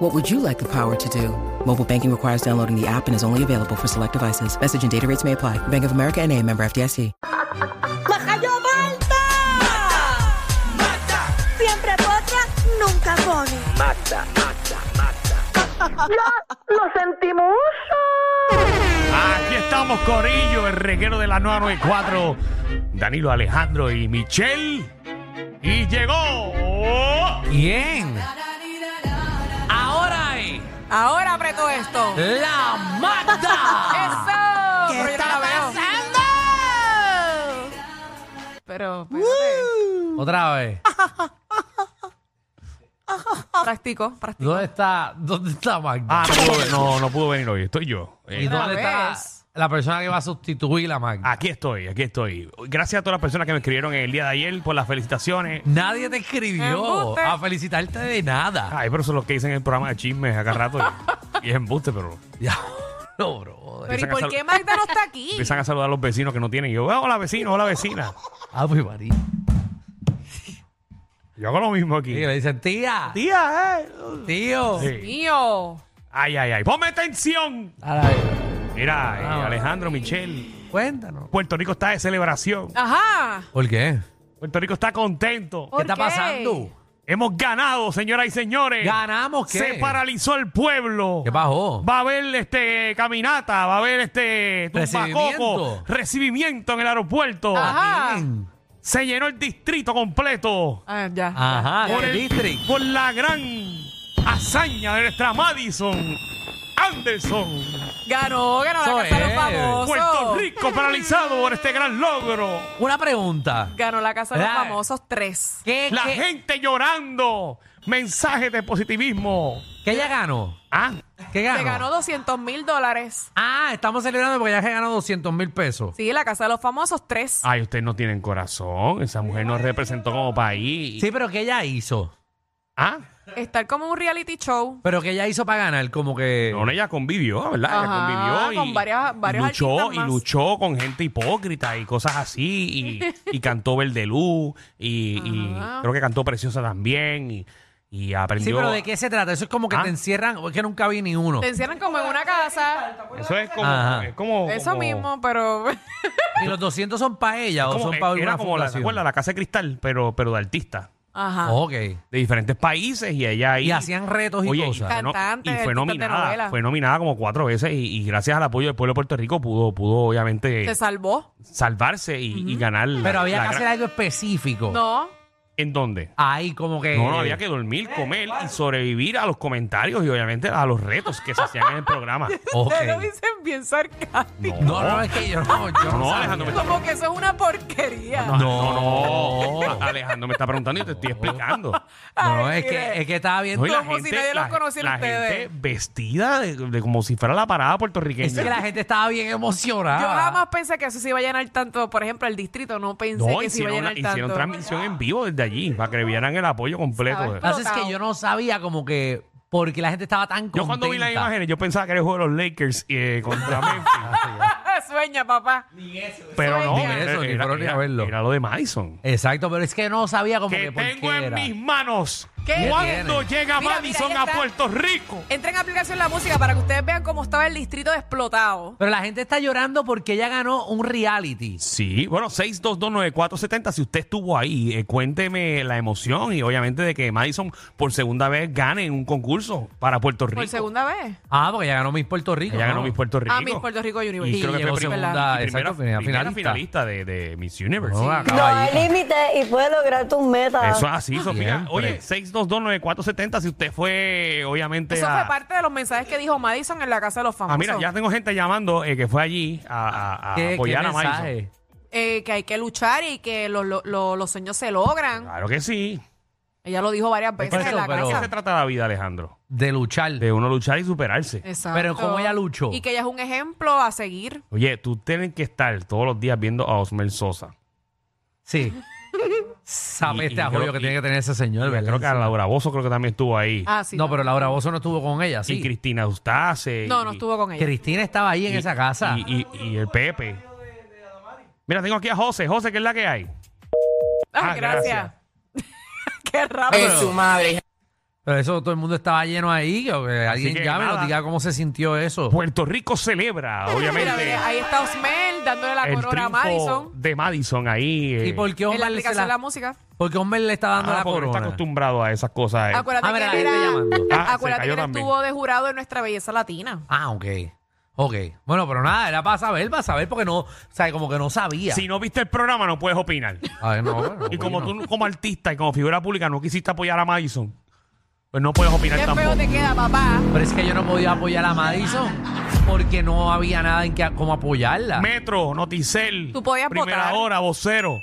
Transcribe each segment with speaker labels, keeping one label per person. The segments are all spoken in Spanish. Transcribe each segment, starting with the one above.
Speaker 1: What would you like the power to do? Mobile banking requires downloading the app and is only available for select devices. Message and data rates may apply. Bank of America and a member FDIC.
Speaker 2: ¡Majayo Malta! Siempre potra, nunca pone.
Speaker 3: Aquí estamos, Corillo, el reguero de la 994, Danilo Alejandro y Michelle. Y llegó.
Speaker 4: Bien. Ahora es
Speaker 5: Ahora apretó esto.
Speaker 4: la Magda.
Speaker 5: ¡Eso! Pero yo no la veo.
Speaker 2: Ah. pasando? Uh.
Speaker 5: Pero, espérate.
Speaker 4: Otra vez.
Speaker 5: practico, practico.
Speaker 4: ¿Dónde está, dónde está Magda?
Speaker 3: Ah, no pudo, no, no pudo venir hoy, estoy yo.
Speaker 4: ¿Y
Speaker 3: Eh,
Speaker 5: Otra
Speaker 4: dónde está
Speaker 5: vez.
Speaker 4: la persona que va a sustituir a Magda?
Speaker 3: aquí estoy, aquí estoy. Gracias a todas las personas que me escribieron el día de ayer por las felicitaciones.
Speaker 4: Nadie te escribió
Speaker 5: Embuste.
Speaker 4: a felicitarte de nada.
Speaker 3: Ay, pero eso es lo que dicen en el programa de chismes acá rato. Y, y es embuste, pero
Speaker 4: Ya, no, bro.
Speaker 5: Pero, ¿y
Speaker 3: Empiezan a
Speaker 5: por
Speaker 3: sal-
Speaker 5: qué Magda no está aquí?
Speaker 3: empiezan a saludar a los vecinos que no tienen. Y yo, "Ah, hola vecino, hola vecina.
Speaker 4: Ah, pues María.
Speaker 3: Yo hago lo mismo
Speaker 4: Y
Speaker 3: aquí.
Speaker 4: le dicen, tía,
Speaker 3: Tía, eh.
Speaker 4: tío.
Speaker 3: Sí.
Speaker 5: Mío.
Speaker 3: Ay, ay, ay. Ponme atención.
Speaker 4: Ahora, eh,
Speaker 3: Mira, eh, Alejandro, Michelle.
Speaker 4: cuéntanos.
Speaker 3: Puerto Rico está de celebración.
Speaker 5: Ajá.
Speaker 4: ¿Por qué?
Speaker 3: Puerto Rico está contento.
Speaker 4: ¿Qué
Speaker 5: ¿Por
Speaker 4: está
Speaker 5: qué?
Speaker 4: pasando?
Speaker 3: Hemos ganado, señoras y señores.
Speaker 4: ¿Ganamos qué?
Speaker 3: Se paralizó el pueblo.
Speaker 4: ¿Qué pasó?
Speaker 3: Va a haber este caminata, va a haber este tumbacoco,
Speaker 4: Recibimiento.
Speaker 3: recibimiento en el aeropuerto.
Speaker 5: Ajá.
Speaker 4: Bien.
Speaker 3: Se llenó el distrito completo
Speaker 5: Ah, ya.
Speaker 4: Ajá,
Speaker 3: por,
Speaker 4: el
Speaker 3: el-
Speaker 4: district.
Speaker 3: por la gran hazaña de nuestra Madison Anderson.
Speaker 5: Ganó, ganó
Speaker 4: Eso
Speaker 5: la casa de los
Speaker 4: es.
Speaker 5: famosos.
Speaker 3: Puerto Rico paralizado por este gran logro.
Speaker 4: Una pregunta.
Speaker 5: Ganó la casa de los
Speaker 4: Ah.
Speaker 5: famosos tres.
Speaker 4: ¿Qué,
Speaker 3: La
Speaker 4: qué-
Speaker 3: gente llorando. Mensajes de positivismo.
Speaker 4: qué ella ganó?
Speaker 3: Ah,
Speaker 4: ¿Qué
Speaker 5: Se ganó 200 mil dólares.
Speaker 4: Ah, estamos celebrando porque ya se ganó 200 mil pesos.
Speaker 5: Sí, la casa de los famosos tres.
Speaker 4: Ah.
Speaker 3: Ay, ustedes no tienen corazón. Esa mujer nos representó como país.
Speaker 4: Sí, pero ¿qué ella hizo?
Speaker 3: Ah,
Speaker 5: Estar como un reality show.
Speaker 4: Pero ¿qué ella hizo para ganar? Como que...
Speaker 3: no, ella convivió, ¿verdad?
Speaker 5: Ajá,
Speaker 3: ella convivió y,
Speaker 5: con varias-
Speaker 3: y
Speaker 5: varios
Speaker 3: luchó
Speaker 5: artistas
Speaker 3: y
Speaker 5: más.
Speaker 3: luchó con gente hipócrita y cosas así. Y, y cantó Verde Luz y, y
Speaker 5: Ajá.
Speaker 3: creo que cantó Preciosa también. Y, y
Speaker 4: sí,
Speaker 3: aprendió.
Speaker 4: pero ¿de qué se trata? Eso es como que
Speaker 3: Ah.
Speaker 4: te encierran... Es que nunca vi ni uno.
Speaker 5: Te encierran como en una casa.
Speaker 3: Eso es como.
Speaker 4: Ajá.
Speaker 3: es como-
Speaker 5: Eso
Speaker 3: como-
Speaker 5: mismo, pero.
Speaker 4: ¿Y los 200 son para ella o
Speaker 3: como- e-
Speaker 4: son para
Speaker 3: era
Speaker 4: una
Speaker 3: como la, ¿se
Speaker 4: fundación? Ah,
Speaker 3: acuerda? la casa de cristal, pero, pero de artistas
Speaker 5: Ajá.
Speaker 4: Ok.
Speaker 3: de diferentes países y ella ahí.
Speaker 4: Y hacían retos y
Speaker 3: Oye,
Speaker 4: cosas.
Speaker 3: fue no-
Speaker 5: Cantantes,
Speaker 3: y fue
Speaker 5: artistas de
Speaker 3: nominada,
Speaker 5: novela.
Speaker 3: fue nominada como cuatro veces y, y gracias al apoyo del pueblo de Puerto Rico pudo, pudo obviamente
Speaker 5: Se salvó.
Speaker 3: salvarse y, y ganar. la-
Speaker 4: Pero había
Speaker 3: la
Speaker 4: que
Speaker 3: gran-
Speaker 4: hacer algo específico.
Speaker 5: No.
Speaker 3: ¿En dónde?
Speaker 4: Ahí como que...
Speaker 3: No, no, había que dormir, comer y sobrevivir a los comentarios y obviamente a los retos que se hacían en el programa.
Speaker 4: Ok.
Speaker 5: Te lo dicen bien sarcástico.
Speaker 4: No, no, es que yo no... Yo
Speaker 3: No,
Speaker 4: sabía.
Speaker 3: Alejandro, me está-
Speaker 5: Como que eso es una porquería.
Speaker 4: No,
Speaker 3: No,
Speaker 4: no,
Speaker 3: no. Alejandro me está preguntando y te estoy explicando.
Speaker 4: no,
Speaker 5: Ay,
Speaker 4: es que,
Speaker 5: mire.
Speaker 4: es que estaba
Speaker 3: No,
Speaker 4: viendo...
Speaker 3: y la
Speaker 5: Como si
Speaker 3: gente-
Speaker 5: nadie los
Speaker 3: la-
Speaker 5: conociera
Speaker 3: la
Speaker 5: a ustedes.
Speaker 3: gente vestida de, de como si fuera la parada puertorriqueña.
Speaker 4: Es que la gente estaba bien emocionada.
Speaker 5: Yo jamás pensé que eso se iba a llenar tanto, por ejemplo, el distrito. No pensé
Speaker 3: No,
Speaker 5: que se iba a
Speaker 3: hicieron, una-
Speaker 5: llenar
Speaker 3: hicieron
Speaker 5: tanto.
Speaker 3: transmisión en vivo desde allí para que vieran el apoyo completo.
Speaker 5: ¿Sabes?
Speaker 4: Lo que pasa es
Speaker 5: explotado.
Speaker 4: que yo no sabía como que porque la gente estaba tan contenta.
Speaker 3: Yo cuando vi las imágenes, yo pensaba que era el juego de los Lakers eh, contra Memphis.
Speaker 5: Sueña, papá.
Speaker 3: pero no,
Speaker 4: Ni eso, ni fueron ni a verlo.
Speaker 3: era lo de Madison.
Speaker 4: Exacto, pero es que no sabía como
Speaker 3: Que
Speaker 4: que, por
Speaker 3: tengo
Speaker 4: qué
Speaker 3: en
Speaker 4: era.
Speaker 3: mis manos
Speaker 5: ¿Qué?
Speaker 3: cuando
Speaker 4: ¿Qué tiene?
Speaker 3: llega
Speaker 5: Mira,
Speaker 3: Madison
Speaker 5: mira, ahí
Speaker 3: a
Speaker 5: está.
Speaker 3: Puerto Rico.
Speaker 5: Entra en aplicación la música para que ustedes vean cómo estaba el distrito explotado.
Speaker 4: Pero la gente está llorando porque ella ganó un reality.
Speaker 3: Sí, bueno, 6229470. Si usted estuvo ahí, eh, cuénteme la emoción y obviamente de que Madison por segunda vez gane en un concurso para Puerto Rico.
Speaker 5: Por segunda vez.
Speaker 4: Ah, porque ella ganó Miss Puerto Rico.
Speaker 3: Ella ganó
Speaker 4: ¿no?
Speaker 3: Miss Puerto Rico.
Speaker 5: A Miss Puerto Rico Universe.
Speaker 3: Y creo que
Speaker 4: llegó
Speaker 3: fue
Speaker 4: segunda,
Speaker 5: ¿Verdad?
Speaker 3: Y primera,
Speaker 4: exacto, primera
Speaker 3: primera
Speaker 4: finalista.
Speaker 3: finalista de, de Miss Universe.
Speaker 4: No, la
Speaker 6: No hay
Speaker 4: caballita.
Speaker 6: límite y puedes lograr tus metas.
Speaker 3: Eso es asasí, Sofía.
Speaker 4: Siempre.
Speaker 3: Oye, 6229470, si usted fue, obviamente,
Speaker 5: Eso
Speaker 3: a...
Speaker 5: fue parte de los mensajes que dijo Madison en la casa de los famosos.
Speaker 3: Ah, mira, ya tengo gente llamando eh, que fue allí a, a- a
Speaker 4: ¿Qué, qué
Speaker 3: apoyar a Madison.
Speaker 4: mensaje?
Speaker 5: Eh, que hay que luchar y que los, los- los- los sueños se logran.
Speaker 3: Claro que sí.
Speaker 5: Ella lo dijo varias
Speaker 3: Pues
Speaker 5: veces
Speaker 4: Por eso,
Speaker 5: en la
Speaker 4: pero-
Speaker 3: ¿De qué se
Speaker 5: casa.
Speaker 3: trata la vida, Alejandro?
Speaker 4: De luchar.
Speaker 3: De uno luchar y superarse.
Speaker 5: Exacto.
Speaker 4: Pero como ella luchó.
Speaker 5: Y que ella es un ejemplo a seguir.
Speaker 3: Oye, tú tienes que estar todos los días viendo a Osmel Sosa.
Speaker 4: Sí.
Speaker 3: Y- y
Speaker 4: Sabete a
Speaker 3: creo-
Speaker 4: joyo que
Speaker 3: y-
Speaker 4: tiene que tener ese señor, ¿verdad?
Speaker 3: Creo que a Laura Bozo creo que también estuvo ahí.
Speaker 5: Ah, sí.
Speaker 4: no, pero Laura Bozo no estuvo con ella,
Speaker 3: Y
Speaker 4: sí.
Speaker 3: Cristina Eustace.
Speaker 5: No, no
Speaker 3: y-
Speaker 5: estuvo con ella.
Speaker 4: Cristina estaba ahí en
Speaker 3: y-
Speaker 4: esa casa.
Speaker 3: Y, y- y el Pepe. Mira, tengo aquí a José. José, que es la que hay?
Speaker 5: Ah,
Speaker 3: Ah,
Speaker 5: gracias. Qué rápido.
Speaker 4: Pero- Pero eso todo el mundo estaba lleno ahí. Que que alguien
Speaker 3: que
Speaker 4: llame y nos
Speaker 3: nada.
Speaker 4: diga cómo se sintió eso.
Speaker 3: Puerto Rico celebra,
Speaker 5: Mira,
Speaker 3: obviamente,
Speaker 5: mira, ahí está Osmel dándole la
Speaker 3: el
Speaker 5: corona a
Speaker 3: triunfo
Speaker 5: Madison.
Speaker 3: de Madison ahí. eh.
Speaker 4: ¿Y por qué
Speaker 5: En la
Speaker 4: Homer le, se
Speaker 5: aplicación
Speaker 4: la-
Speaker 5: de la música.
Speaker 4: por qué Homer le está dando
Speaker 3: Ah,
Speaker 4: la
Speaker 3: porque
Speaker 4: corona?
Speaker 3: está acostumbrado a esas cosas. eh.
Speaker 5: Acuérdate
Speaker 4: Ah, mira,
Speaker 5: que él
Speaker 4: la gente
Speaker 5: era-
Speaker 4: llamando.
Speaker 3: Ah, se
Speaker 5: acuérdate que
Speaker 3: cayó
Speaker 5: él
Speaker 3: también.
Speaker 5: estuvo de jurado en nuestra belleza latina.
Speaker 4: Ah, ok. Ok. Bueno, pero nada, era para saber, para saber, porque no, o sea, como que no sabía.
Speaker 3: Si no viste el programa, no puedes opinar.
Speaker 4: A ver, no, bueno,
Speaker 3: Y como
Speaker 4: bueno.
Speaker 3: tú, como artista y como figura pública, no quisiste apoyar a Madison, pues no puedes opinar
Speaker 5: Qué
Speaker 3: tampoco.
Speaker 5: feo te queda, papá.
Speaker 4: Pero es que yo no podía apoyar a Madison porque no había nada en que cómo apoyarla.
Speaker 3: Metro, Noticel,
Speaker 5: Tú podías
Speaker 3: Primera
Speaker 5: votar.
Speaker 3: Hora, Vocero.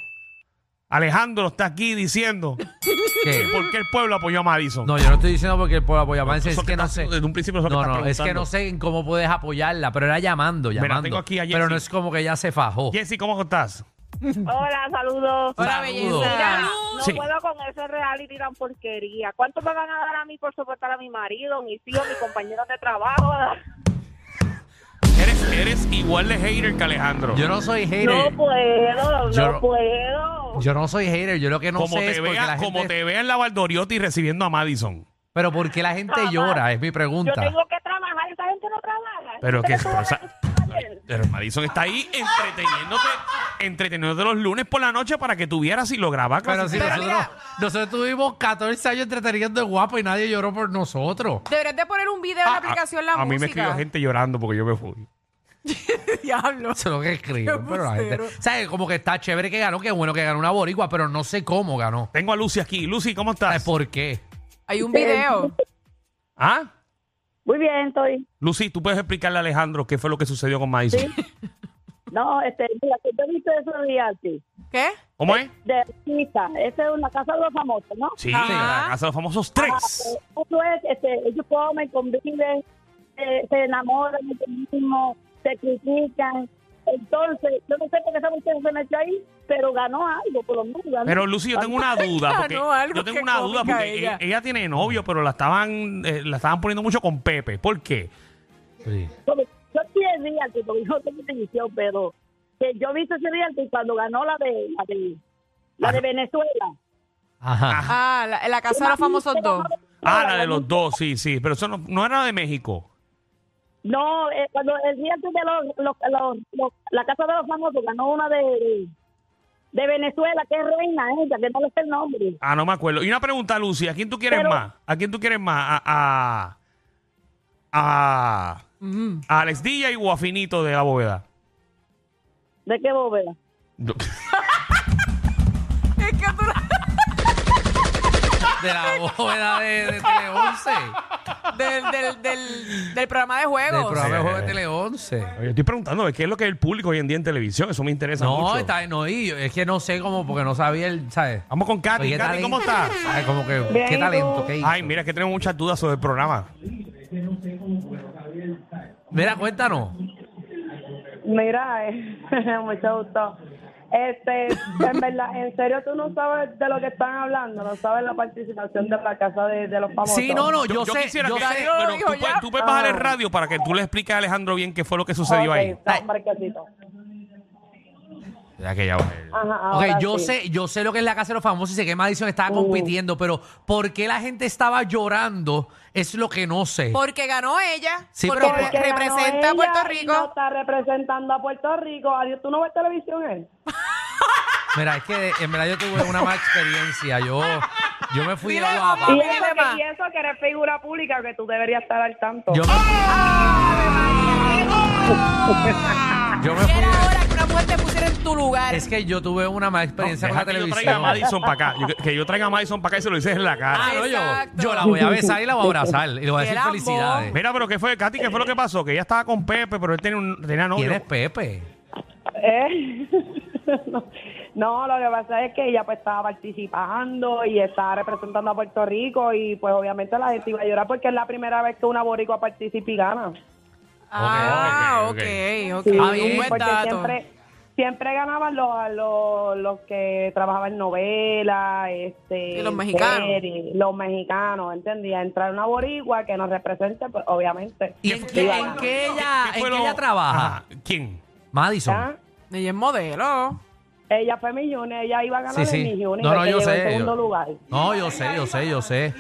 Speaker 3: Alejandro está aquí diciendo
Speaker 4: ¿Qué?
Speaker 3: por qué el pueblo apoyó a Madison.
Speaker 4: No, yo no estoy diciendo porque el pueblo apoya a Madison,
Speaker 3: Eso
Speaker 4: es que no
Speaker 3: estás-
Speaker 4: sé.
Speaker 3: Desde un principio eso
Speaker 4: No,
Speaker 3: que
Speaker 4: no, es que no sé en cómo puedes apoyarla, pero era llamando,
Speaker 3: Mira,
Speaker 4: llamando.
Speaker 3: tengo aquí a
Speaker 4: pero no
Speaker 3: Jessy.
Speaker 4: es como que ella se fajó.
Speaker 3: Jesse, ¿cómo estás?
Speaker 7: Hola, saludos.
Speaker 5: Hola,
Speaker 4: Saludos.
Speaker 5: belleza.
Speaker 7: No
Speaker 3: Sí.
Speaker 7: puedo con ese reality tan porquería. ¿Cuánto me van a dar a mí por soportar a mi marido, mis hijos, mis compañeros de trabajo?
Speaker 3: Eres, eres igual de hater que Alejandro.
Speaker 4: Yo no soy hater.
Speaker 7: No puedo,
Speaker 4: Yo
Speaker 7: no,
Speaker 4: no-
Speaker 7: puedo.
Speaker 4: Yo no soy hater, yo lo que no
Speaker 3: como,
Speaker 4: sé es
Speaker 3: te
Speaker 4: porque la
Speaker 3: veas, como
Speaker 4: gente-
Speaker 3: te vean la Valdoriotti recibiendo a Madison.
Speaker 4: Pero ¿por qué la gente
Speaker 7: Jamás.
Speaker 4: llora? Es mi
Speaker 7: Yo
Speaker 4: pregunta.
Speaker 7: tengo que trabajar, esa gente no trabaja.
Speaker 3: Pero que
Speaker 7: ¿Tú ves
Speaker 3: esa-
Speaker 7: tú haces?
Speaker 3: Pero Madison está ahí entreteniéndote, entreteniéndote los lunes por la noche para que tuvieras y lo grabas.
Speaker 4: Pero si
Speaker 5: Pero
Speaker 4: nosotros, nosotros tuvimos 14 años entreteniendo de guapo y nadie lloró por nosotros.
Speaker 5: Deberías de poner un video en la aplicación La
Speaker 3: Ah, a mí me
Speaker 5: Música.
Speaker 3: escribió gente llorando porque yo me fui.
Speaker 5: Diablo.
Speaker 4: Eso es lo que escriben,
Speaker 5: Qué
Speaker 4: pero la gente...
Speaker 5: embustero.
Speaker 4: ¿Sabes? Como que está chévere que ganó, qué bueno que ganó una boricua, pero no sé cómo ganó.
Speaker 3: Tengo a Lucy aquí. Lucy, ¿cómo
Speaker 4: ¿Sabes
Speaker 3: estás?
Speaker 4: por qué?
Speaker 5: Hay un video.
Speaker 3: ¿Ah?
Speaker 7: Muy bien, estoy.
Speaker 3: Lucy, ¿tú puedes explicarle a Alejandro qué fue lo que sucedió con Madison?
Speaker 7: No, este, mira, que yo he visto ese reality
Speaker 5: ¿Qué?
Speaker 3: ¿Cómo es?
Speaker 7: de artista. Esa es una casa de los famosos, ¿no?
Speaker 3: Sí,
Speaker 5: Ajá.
Speaker 3: la casa de los famosos tres.
Speaker 7: Eso es, este, ellos comen, conviven, eh, se enamoran de sí mismos, se critican. Entonces, yo no sé por qué esa mujer se metió ahí, pero ganó algo, por lo menos. ganó.
Speaker 3: Pero Lucy, yo tengo una duda.
Speaker 5: Ganó
Speaker 3: Porque
Speaker 5: algo,
Speaker 3: yo tengo
Speaker 5: qué
Speaker 3: una duda
Speaker 5: cómica
Speaker 3: porque e- ella.
Speaker 5: ella.
Speaker 3: tiene novio, pero la estaban, eh, la estaban poniendo mucho con Pepe. ¿Por qué?
Speaker 4: Sí.
Speaker 7: Porque Yo sí es reality, porque yo no tengo televisión, pero que yo vi ese reality cuando ganó la de, la de, la
Speaker 3: Ah,
Speaker 7: de Venezuela.
Speaker 4: Ajá.
Speaker 5: Ah, la, en la casa de los famosos dos.
Speaker 3: Ah, la de los dos, sí, sí. Pero eso no, no era de México.
Speaker 7: No, eh, cuando el reality de los, los- los- los- la casa de los famosos ganó una de, de Venezuela, que es reina ella, que no le sé el nombre.
Speaker 3: Ah, no me acuerdo. Y una pregunta, Lucy, ¿a quién tú quieres
Speaker 7: Pero-
Speaker 3: más? ¿A quién tú quieres más? ¿A, a, a, a Alex Díaz y Guafinito de la bóveda?
Speaker 7: ¿De qué bóveda?
Speaker 3: Yo-
Speaker 5: Es que tú
Speaker 4: Ah, De la bóveda de, de Tele 11.
Speaker 5: del, del, del, del programa de
Speaker 4: Del
Speaker 5: juegos.
Speaker 4: programa de
Speaker 3: Sí.
Speaker 4: juego de Tele 11.
Speaker 3: Yo estoy preguntando ¿de qué es lo que es el público hoy en día en televisión. Eso me interesa
Speaker 4: No,
Speaker 3: mucho.
Speaker 4: está, no, y yo- es que no sé cómo, porque no sabía el, ¿sabes?
Speaker 3: Vamos con Katy.
Speaker 4: Oye,
Speaker 3: Katy, ¿cómo
Speaker 4: talento.
Speaker 3: estás?
Speaker 4: Ay, como que,
Speaker 7: Bien,
Speaker 4: qué
Speaker 7: ¿y
Speaker 4: talento,
Speaker 7: tú?
Speaker 4: qué hizo.
Speaker 3: Ay, mira, que tenemos muchas dudas sobre el programa.
Speaker 4: Mira, cuéntanos.
Speaker 8: Mira, eh, mucho gusto. Este, en verdad, en serio, tú no sabes de lo que están hablando, no sabes la participación de la casa de, de los famosos.
Speaker 4: Sí, no, no, yo, sé,
Speaker 3: quisiera
Speaker 4: yo
Speaker 3: que-
Speaker 4: sé.
Speaker 5: lo
Speaker 3: bueno,
Speaker 5: dijo
Speaker 3: tú, puedes,
Speaker 5: ya.
Speaker 3: tú puedes bajar el
Speaker 8: Ah.
Speaker 3: radio para que tú le expliques a Alejandro bien qué fue lo que sucedió
Speaker 8: Ok,
Speaker 3: ahí.
Speaker 8: está un marquecito.
Speaker 3: Ya que ya va el-
Speaker 8: Ajá,
Speaker 4: Ok,
Speaker 8: ahora
Speaker 4: yo
Speaker 8: sí.
Speaker 4: sé, yo sé lo que es la casa de los famosos y sé que Madison estaba compitiendo, pero ¿por qué la gente estaba llorando? Es lo que no sé.
Speaker 5: Porque ganó ella.
Speaker 4: Sí,
Speaker 5: porque
Speaker 4: pero-
Speaker 5: re-
Speaker 8: Porque ganó
Speaker 5: representa a
Speaker 8: ella
Speaker 5: Puerto
Speaker 8: y
Speaker 5: Rico.
Speaker 8: No está representando a Puerto Rico. Adiós, tú no ves televisión, eh.
Speaker 4: Mira, es que en verdad yo tuve una mala experiencia. Yo, yo me fui
Speaker 5: Mira,
Speaker 4: a guapa.
Speaker 8: Y
Speaker 5: Mira,
Speaker 8: eso,
Speaker 5: mamá.
Speaker 8: que, y eso que eres figura pública, que tú deberías estar al tanto.
Speaker 4: Yo me, yo me
Speaker 5: Era
Speaker 4: fui.
Speaker 5: hora que una mujer te pusiera en tu lugar.
Speaker 4: Es que yo tuve una mala experiencia con
Speaker 3: Deja
Speaker 4: la
Speaker 3: que yo traiga a
Speaker 4: televisión.
Speaker 3: Madison para acá. Yo- que yo traiga a Madison para acá y se lo dices en la cara.
Speaker 4: Ah, no, yo,
Speaker 5: Exacto.
Speaker 4: yo la voy a besar y la voy a abrazar. Y le voy a
Speaker 5: Qué
Speaker 4: decir
Speaker 5: lambón.
Speaker 4: felicidades.
Speaker 3: Mira, pero ¿qué fue, Katy? ¿Qué fue lo que pasó? Que ella estaba con Pepe, pero él tenía, un, tenía novio.
Speaker 4: ¿Quién es Pepe?
Speaker 8: ¿Eh? no, No, lo que pasa es que ella pues estaba participando y estaba representando a Puerto Rico y pues obviamente la gente iba a llorar porque es la primera vez que una boricua participa y gana.
Speaker 5: Ah,
Speaker 3: ok,
Speaker 5: ok,
Speaker 3: ok.
Speaker 5: Ah, ok.
Speaker 8: Sí,
Speaker 5: un Ah, buen
Speaker 8: porque
Speaker 5: dato.
Speaker 8: siempre siempre ganaban los, los, los que trabajaban en novelas, este,
Speaker 5: Y los mexicanos.
Speaker 8: series, los mexicanos, ¿entendía? Entrar una boricua que nos represente, pues obviamente.
Speaker 4: ¿Y en qué, en qué ella,
Speaker 3: ¿Qué
Speaker 4: en
Speaker 3: fue
Speaker 4: qué
Speaker 3: lo-
Speaker 4: ella trabaja? ¿Ah?
Speaker 3: Ajá, ¿Quién?
Speaker 4: Madison.
Speaker 8: ¿Ya?
Speaker 5: Ella es modelo.
Speaker 8: Ella fue mi Junior, ella iba a ganar en mi Junior,
Speaker 4: No, no,
Speaker 8: que
Speaker 4: yo
Speaker 8: llegó
Speaker 4: sé.
Speaker 8: en segundo
Speaker 4: yo-
Speaker 8: lugar.
Speaker 4: No, yo sé, yo sé, yo sé.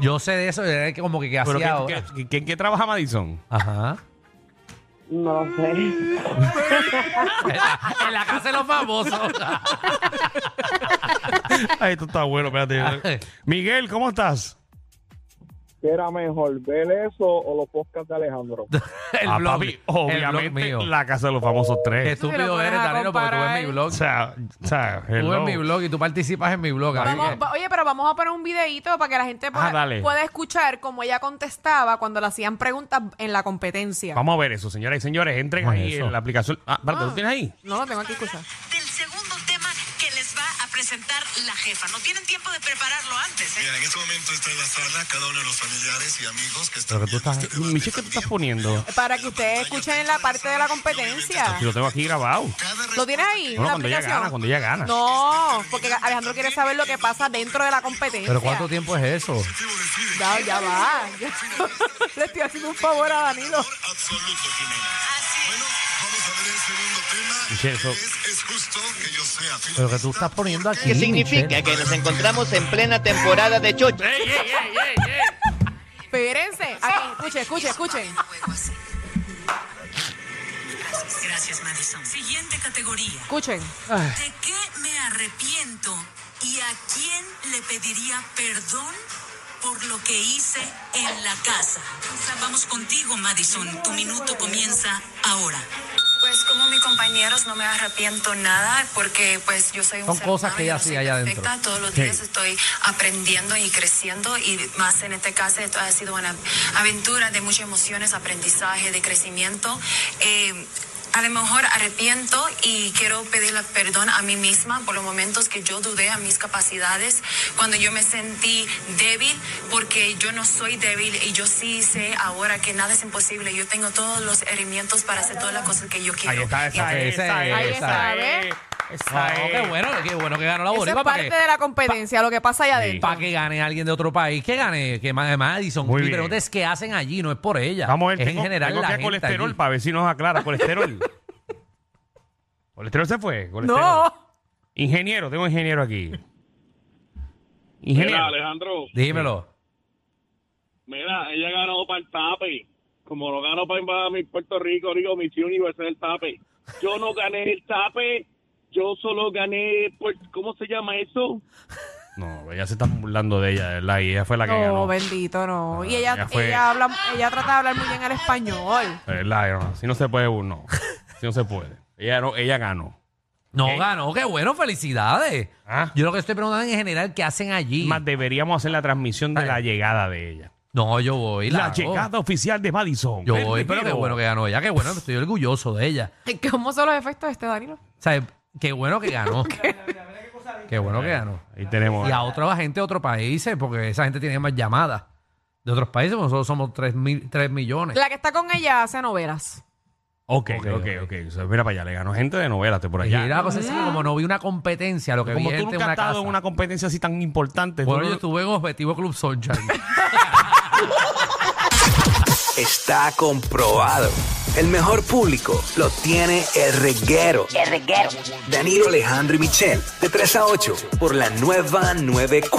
Speaker 4: Yo sé de eso, era que como que, que
Speaker 3: ¿Pero
Speaker 4: hacía
Speaker 3: qué-
Speaker 4: ahora.
Speaker 3: qué- qué- qué- ¿En qué trabaja Madison?
Speaker 4: Ajá.
Speaker 8: No lo sé.
Speaker 4: en la casa de los famosos.
Speaker 3: Ay, esto está bueno, espérate. Miguel, ¿cómo estás?
Speaker 9: ¿Qué era mejor, ver eso o los podcasts de Alejandro?
Speaker 4: el
Speaker 3: Ah,
Speaker 4: blog,
Speaker 3: papi,
Speaker 4: obviamente. El blog
Speaker 3: obviamente,
Speaker 4: mío.
Speaker 3: la casa de los famosos
Speaker 4: Qué
Speaker 3: tres.
Speaker 5: Sí, lo
Speaker 4: estúpido
Speaker 5: puedes
Speaker 4: eres, Danilo, porque tú ves
Speaker 5: comparar.
Speaker 4: mi blog.
Speaker 3: O sea, o sea,
Speaker 4: Tú ves
Speaker 3: hello.
Speaker 4: mi blog y tú participas en mi blog. así
Speaker 5: Vamos-
Speaker 4: que-
Speaker 5: va- oye, pero vamos a poner un videito para que la gente pueda,
Speaker 3: Ah, dale.
Speaker 5: pueda escuchar cómo ella contestaba cuando le hacían preguntas en la competencia.
Speaker 3: Vamos a ver eso, señoras y señores. Entren
Speaker 4: Vamos a
Speaker 3: ahí
Speaker 4: eso.
Speaker 3: en la aplicación. Ah, espérate, ¿lo tienes ahí?
Speaker 5: No lo tengo aquí, escucha.
Speaker 10: del segundo tema que les va a presentar la jefa. No tienen tiempo de prepararlo antes, ¿eh?
Speaker 9: en este momento está en la sala cada uno de los familiares y amigos que
Speaker 3: Pero que tú estás... Michelle, ¿qué tú estás poniendo?
Speaker 5: Para que ustedes escuchen la parte de la competencia.
Speaker 3: Si lo tengo aquí grabado.
Speaker 5: ¿Lo tienes ahí?
Speaker 3: Bueno,
Speaker 5: la
Speaker 3: cuando ella
Speaker 5: aplicación?
Speaker 3: gana, cuando ella gana.
Speaker 5: No, porque Alejandro quiere saber lo que pasa dentro de la competencia.
Speaker 4: Pero ¿cuánto tiempo es eso?
Speaker 5: Ya, ya va. ya. Le estoy haciendo un favor a Danilo.
Speaker 9: absoluto, Jimena.
Speaker 10: Así.
Speaker 9: Bueno, vamos a ver el segundo tema.
Speaker 3: Michelle, eso-
Speaker 9: Es, es justo que yo sea
Speaker 4: Pero que tú estás poniendo aquí.
Speaker 10: ¿Qué
Speaker 4: Michelle.
Speaker 10: significa que nos encontramos en plena temporada de chocho?
Speaker 3: ¡Ey, ey, ey, ey, ey!
Speaker 5: Espérense. Aquí, escuchen, escuchen, escuchen.
Speaker 10: Gracias, Madison. Siguiente categoría.
Speaker 5: Escuchen.
Speaker 3: Ah,
Speaker 10: ¿De qué me arrepiento y a quién le pediría perdón por lo que hice en la casa? Vamos contigo, Madison. Tu minuto comienza ahora. Pues como mis compañeros no me arrepiento nada porque pues yo soy un
Speaker 4: Son
Speaker 10: ser
Speaker 4: cosas que ella
Speaker 10: humano y yo
Speaker 4: hacía allá
Speaker 10: soy
Speaker 4: adentro.
Speaker 10: perfecta. Todos los
Speaker 3: Sí.
Speaker 4: Oh,
Speaker 10: días estoy aprendiendo y creciendo y más en este caso esto ha sido una aventura de muchas emociones, aprendizaje, de crecimiento. Eh, a lo mejor arrepiento y quiero pedirle perdón a mí misma por los momentos que yo dudé a mis capacidades, cuando yo me sentí débil, porque yo no soy débil y yo sí sé ahora que nada es imposible. Yo tengo todos los herramientas para hacer todas las cosas que yo quiero.
Speaker 3: Ahí está, esa
Speaker 10: Y-
Speaker 3: es, esa es.
Speaker 5: Ahí está, ¿ves?
Speaker 3: Esa
Speaker 4: No, qué
Speaker 3: es.
Speaker 4: bueno, qué bueno que ganó la
Speaker 5: Eso es
Speaker 4: Boricua. para
Speaker 5: parte
Speaker 4: que-
Speaker 5: de la competencia, lo que pasa allá
Speaker 3: Sí.
Speaker 5: adentro.
Speaker 4: para que gane alguien de otro país, que gane, que ma- Madison. Mi
Speaker 3: Muy bien.
Speaker 4: pregunta es qué hacen allí, no es por ella.
Speaker 3: Vamos a ver,
Speaker 4: es
Speaker 3: tengo,
Speaker 4: en general
Speaker 3: tengo
Speaker 4: la
Speaker 3: que
Speaker 4: gente
Speaker 3: colesterol
Speaker 4: allí.
Speaker 3: para ver si nos aclara. Colesterol. colesterol se fue. Colesterol.
Speaker 5: No.
Speaker 3: este Ingeniero, tengo ingeniero aquí. Ingeniero.
Speaker 9: Mira, Alejandro,
Speaker 4: Dímelo.
Speaker 9: mira, ella ganó para el tape. Como no ganó para mi Puerto Rico, digo, mi Universe es el tape. Yo no gané el tape, yo solo gané, pues, ¿cómo se llama eso?
Speaker 3: No, ella se está burlando de ella, de verdad. Y ella fue la que
Speaker 5: No,
Speaker 3: ganó.
Speaker 5: bendito, no.
Speaker 3: Ah,
Speaker 5: Y ella,
Speaker 3: ya fue.
Speaker 5: ella, habla, ella trata de hablar muy bien el español.
Speaker 3: De verdad, no, si no se puede, no. Si no se puede. Ella, no- ella ganó.
Speaker 4: No
Speaker 3: ¿Qué?
Speaker 4: ganó, qué bueno, felicidades.
Speaker 3: Ah.
Speaker 4: Yo lo que estoy preguntando en general, ¿qué hacen allí?
Speaker 3: Más deberíamos hacer la transmisión de
Speaker 4: Ay.
Speaker 3: la llegada de ella.
Speaker 4: No, yo voy.
Speaker 3: La
Speaker 4: hago.
Speaker 3: llegada oficial de Madison.
Speaker 4: Yo
Speaker 3: El
Speaker 4: voy, pero qué
Speaker 3: primero.
Speaker 4: bueno que ganó ella, qué bueno, estoy orgulloso de ella.
Speaker 5: ¿Cómo son los efectos de este, Danilo?
Speaker 4: O sea, qué bueno que ganó. qué bueno que ganó.
Speaker 3: Ahí tenemos.
Speaker 4: Y a otra gente de otros países, porque esa gente tiene más llamadas de otros países, porque nosotros somos 3, millones.
Speaker 5: La que está con ella hace novelas.
Speaker 3: Ok,
Speaker 4: Ok,
Speaker 3: ok, ok.
Speaker 4: ok.
Speaker 3: O sea, mira para allá, le ganó gente de novelas de por
Speaker 4: Y
Speaker 3: allá.
Speaker 4: era cosa así, como no vi una competencia, lo que
Speaker 3: Como
Speaker 4: vi
Speaker 3: tú
Speaker 4: gente en
Speaker 3: nunca has
Speaker 4: una
Speaker 3: estado
Speaker 4: casa.
Speaker 3: en una competencia así tan importante. tú
Speaker 4: Bueno,
Speaker 3: no-
Speaker 4: yo estuve en Objetivo Club Sunshine.
Speaker 11: Está comprobado. El mejor público lo tiene el reguero. El reguero. Danilo Alejandro y Michel, de 3 a 8, por la nueva 94.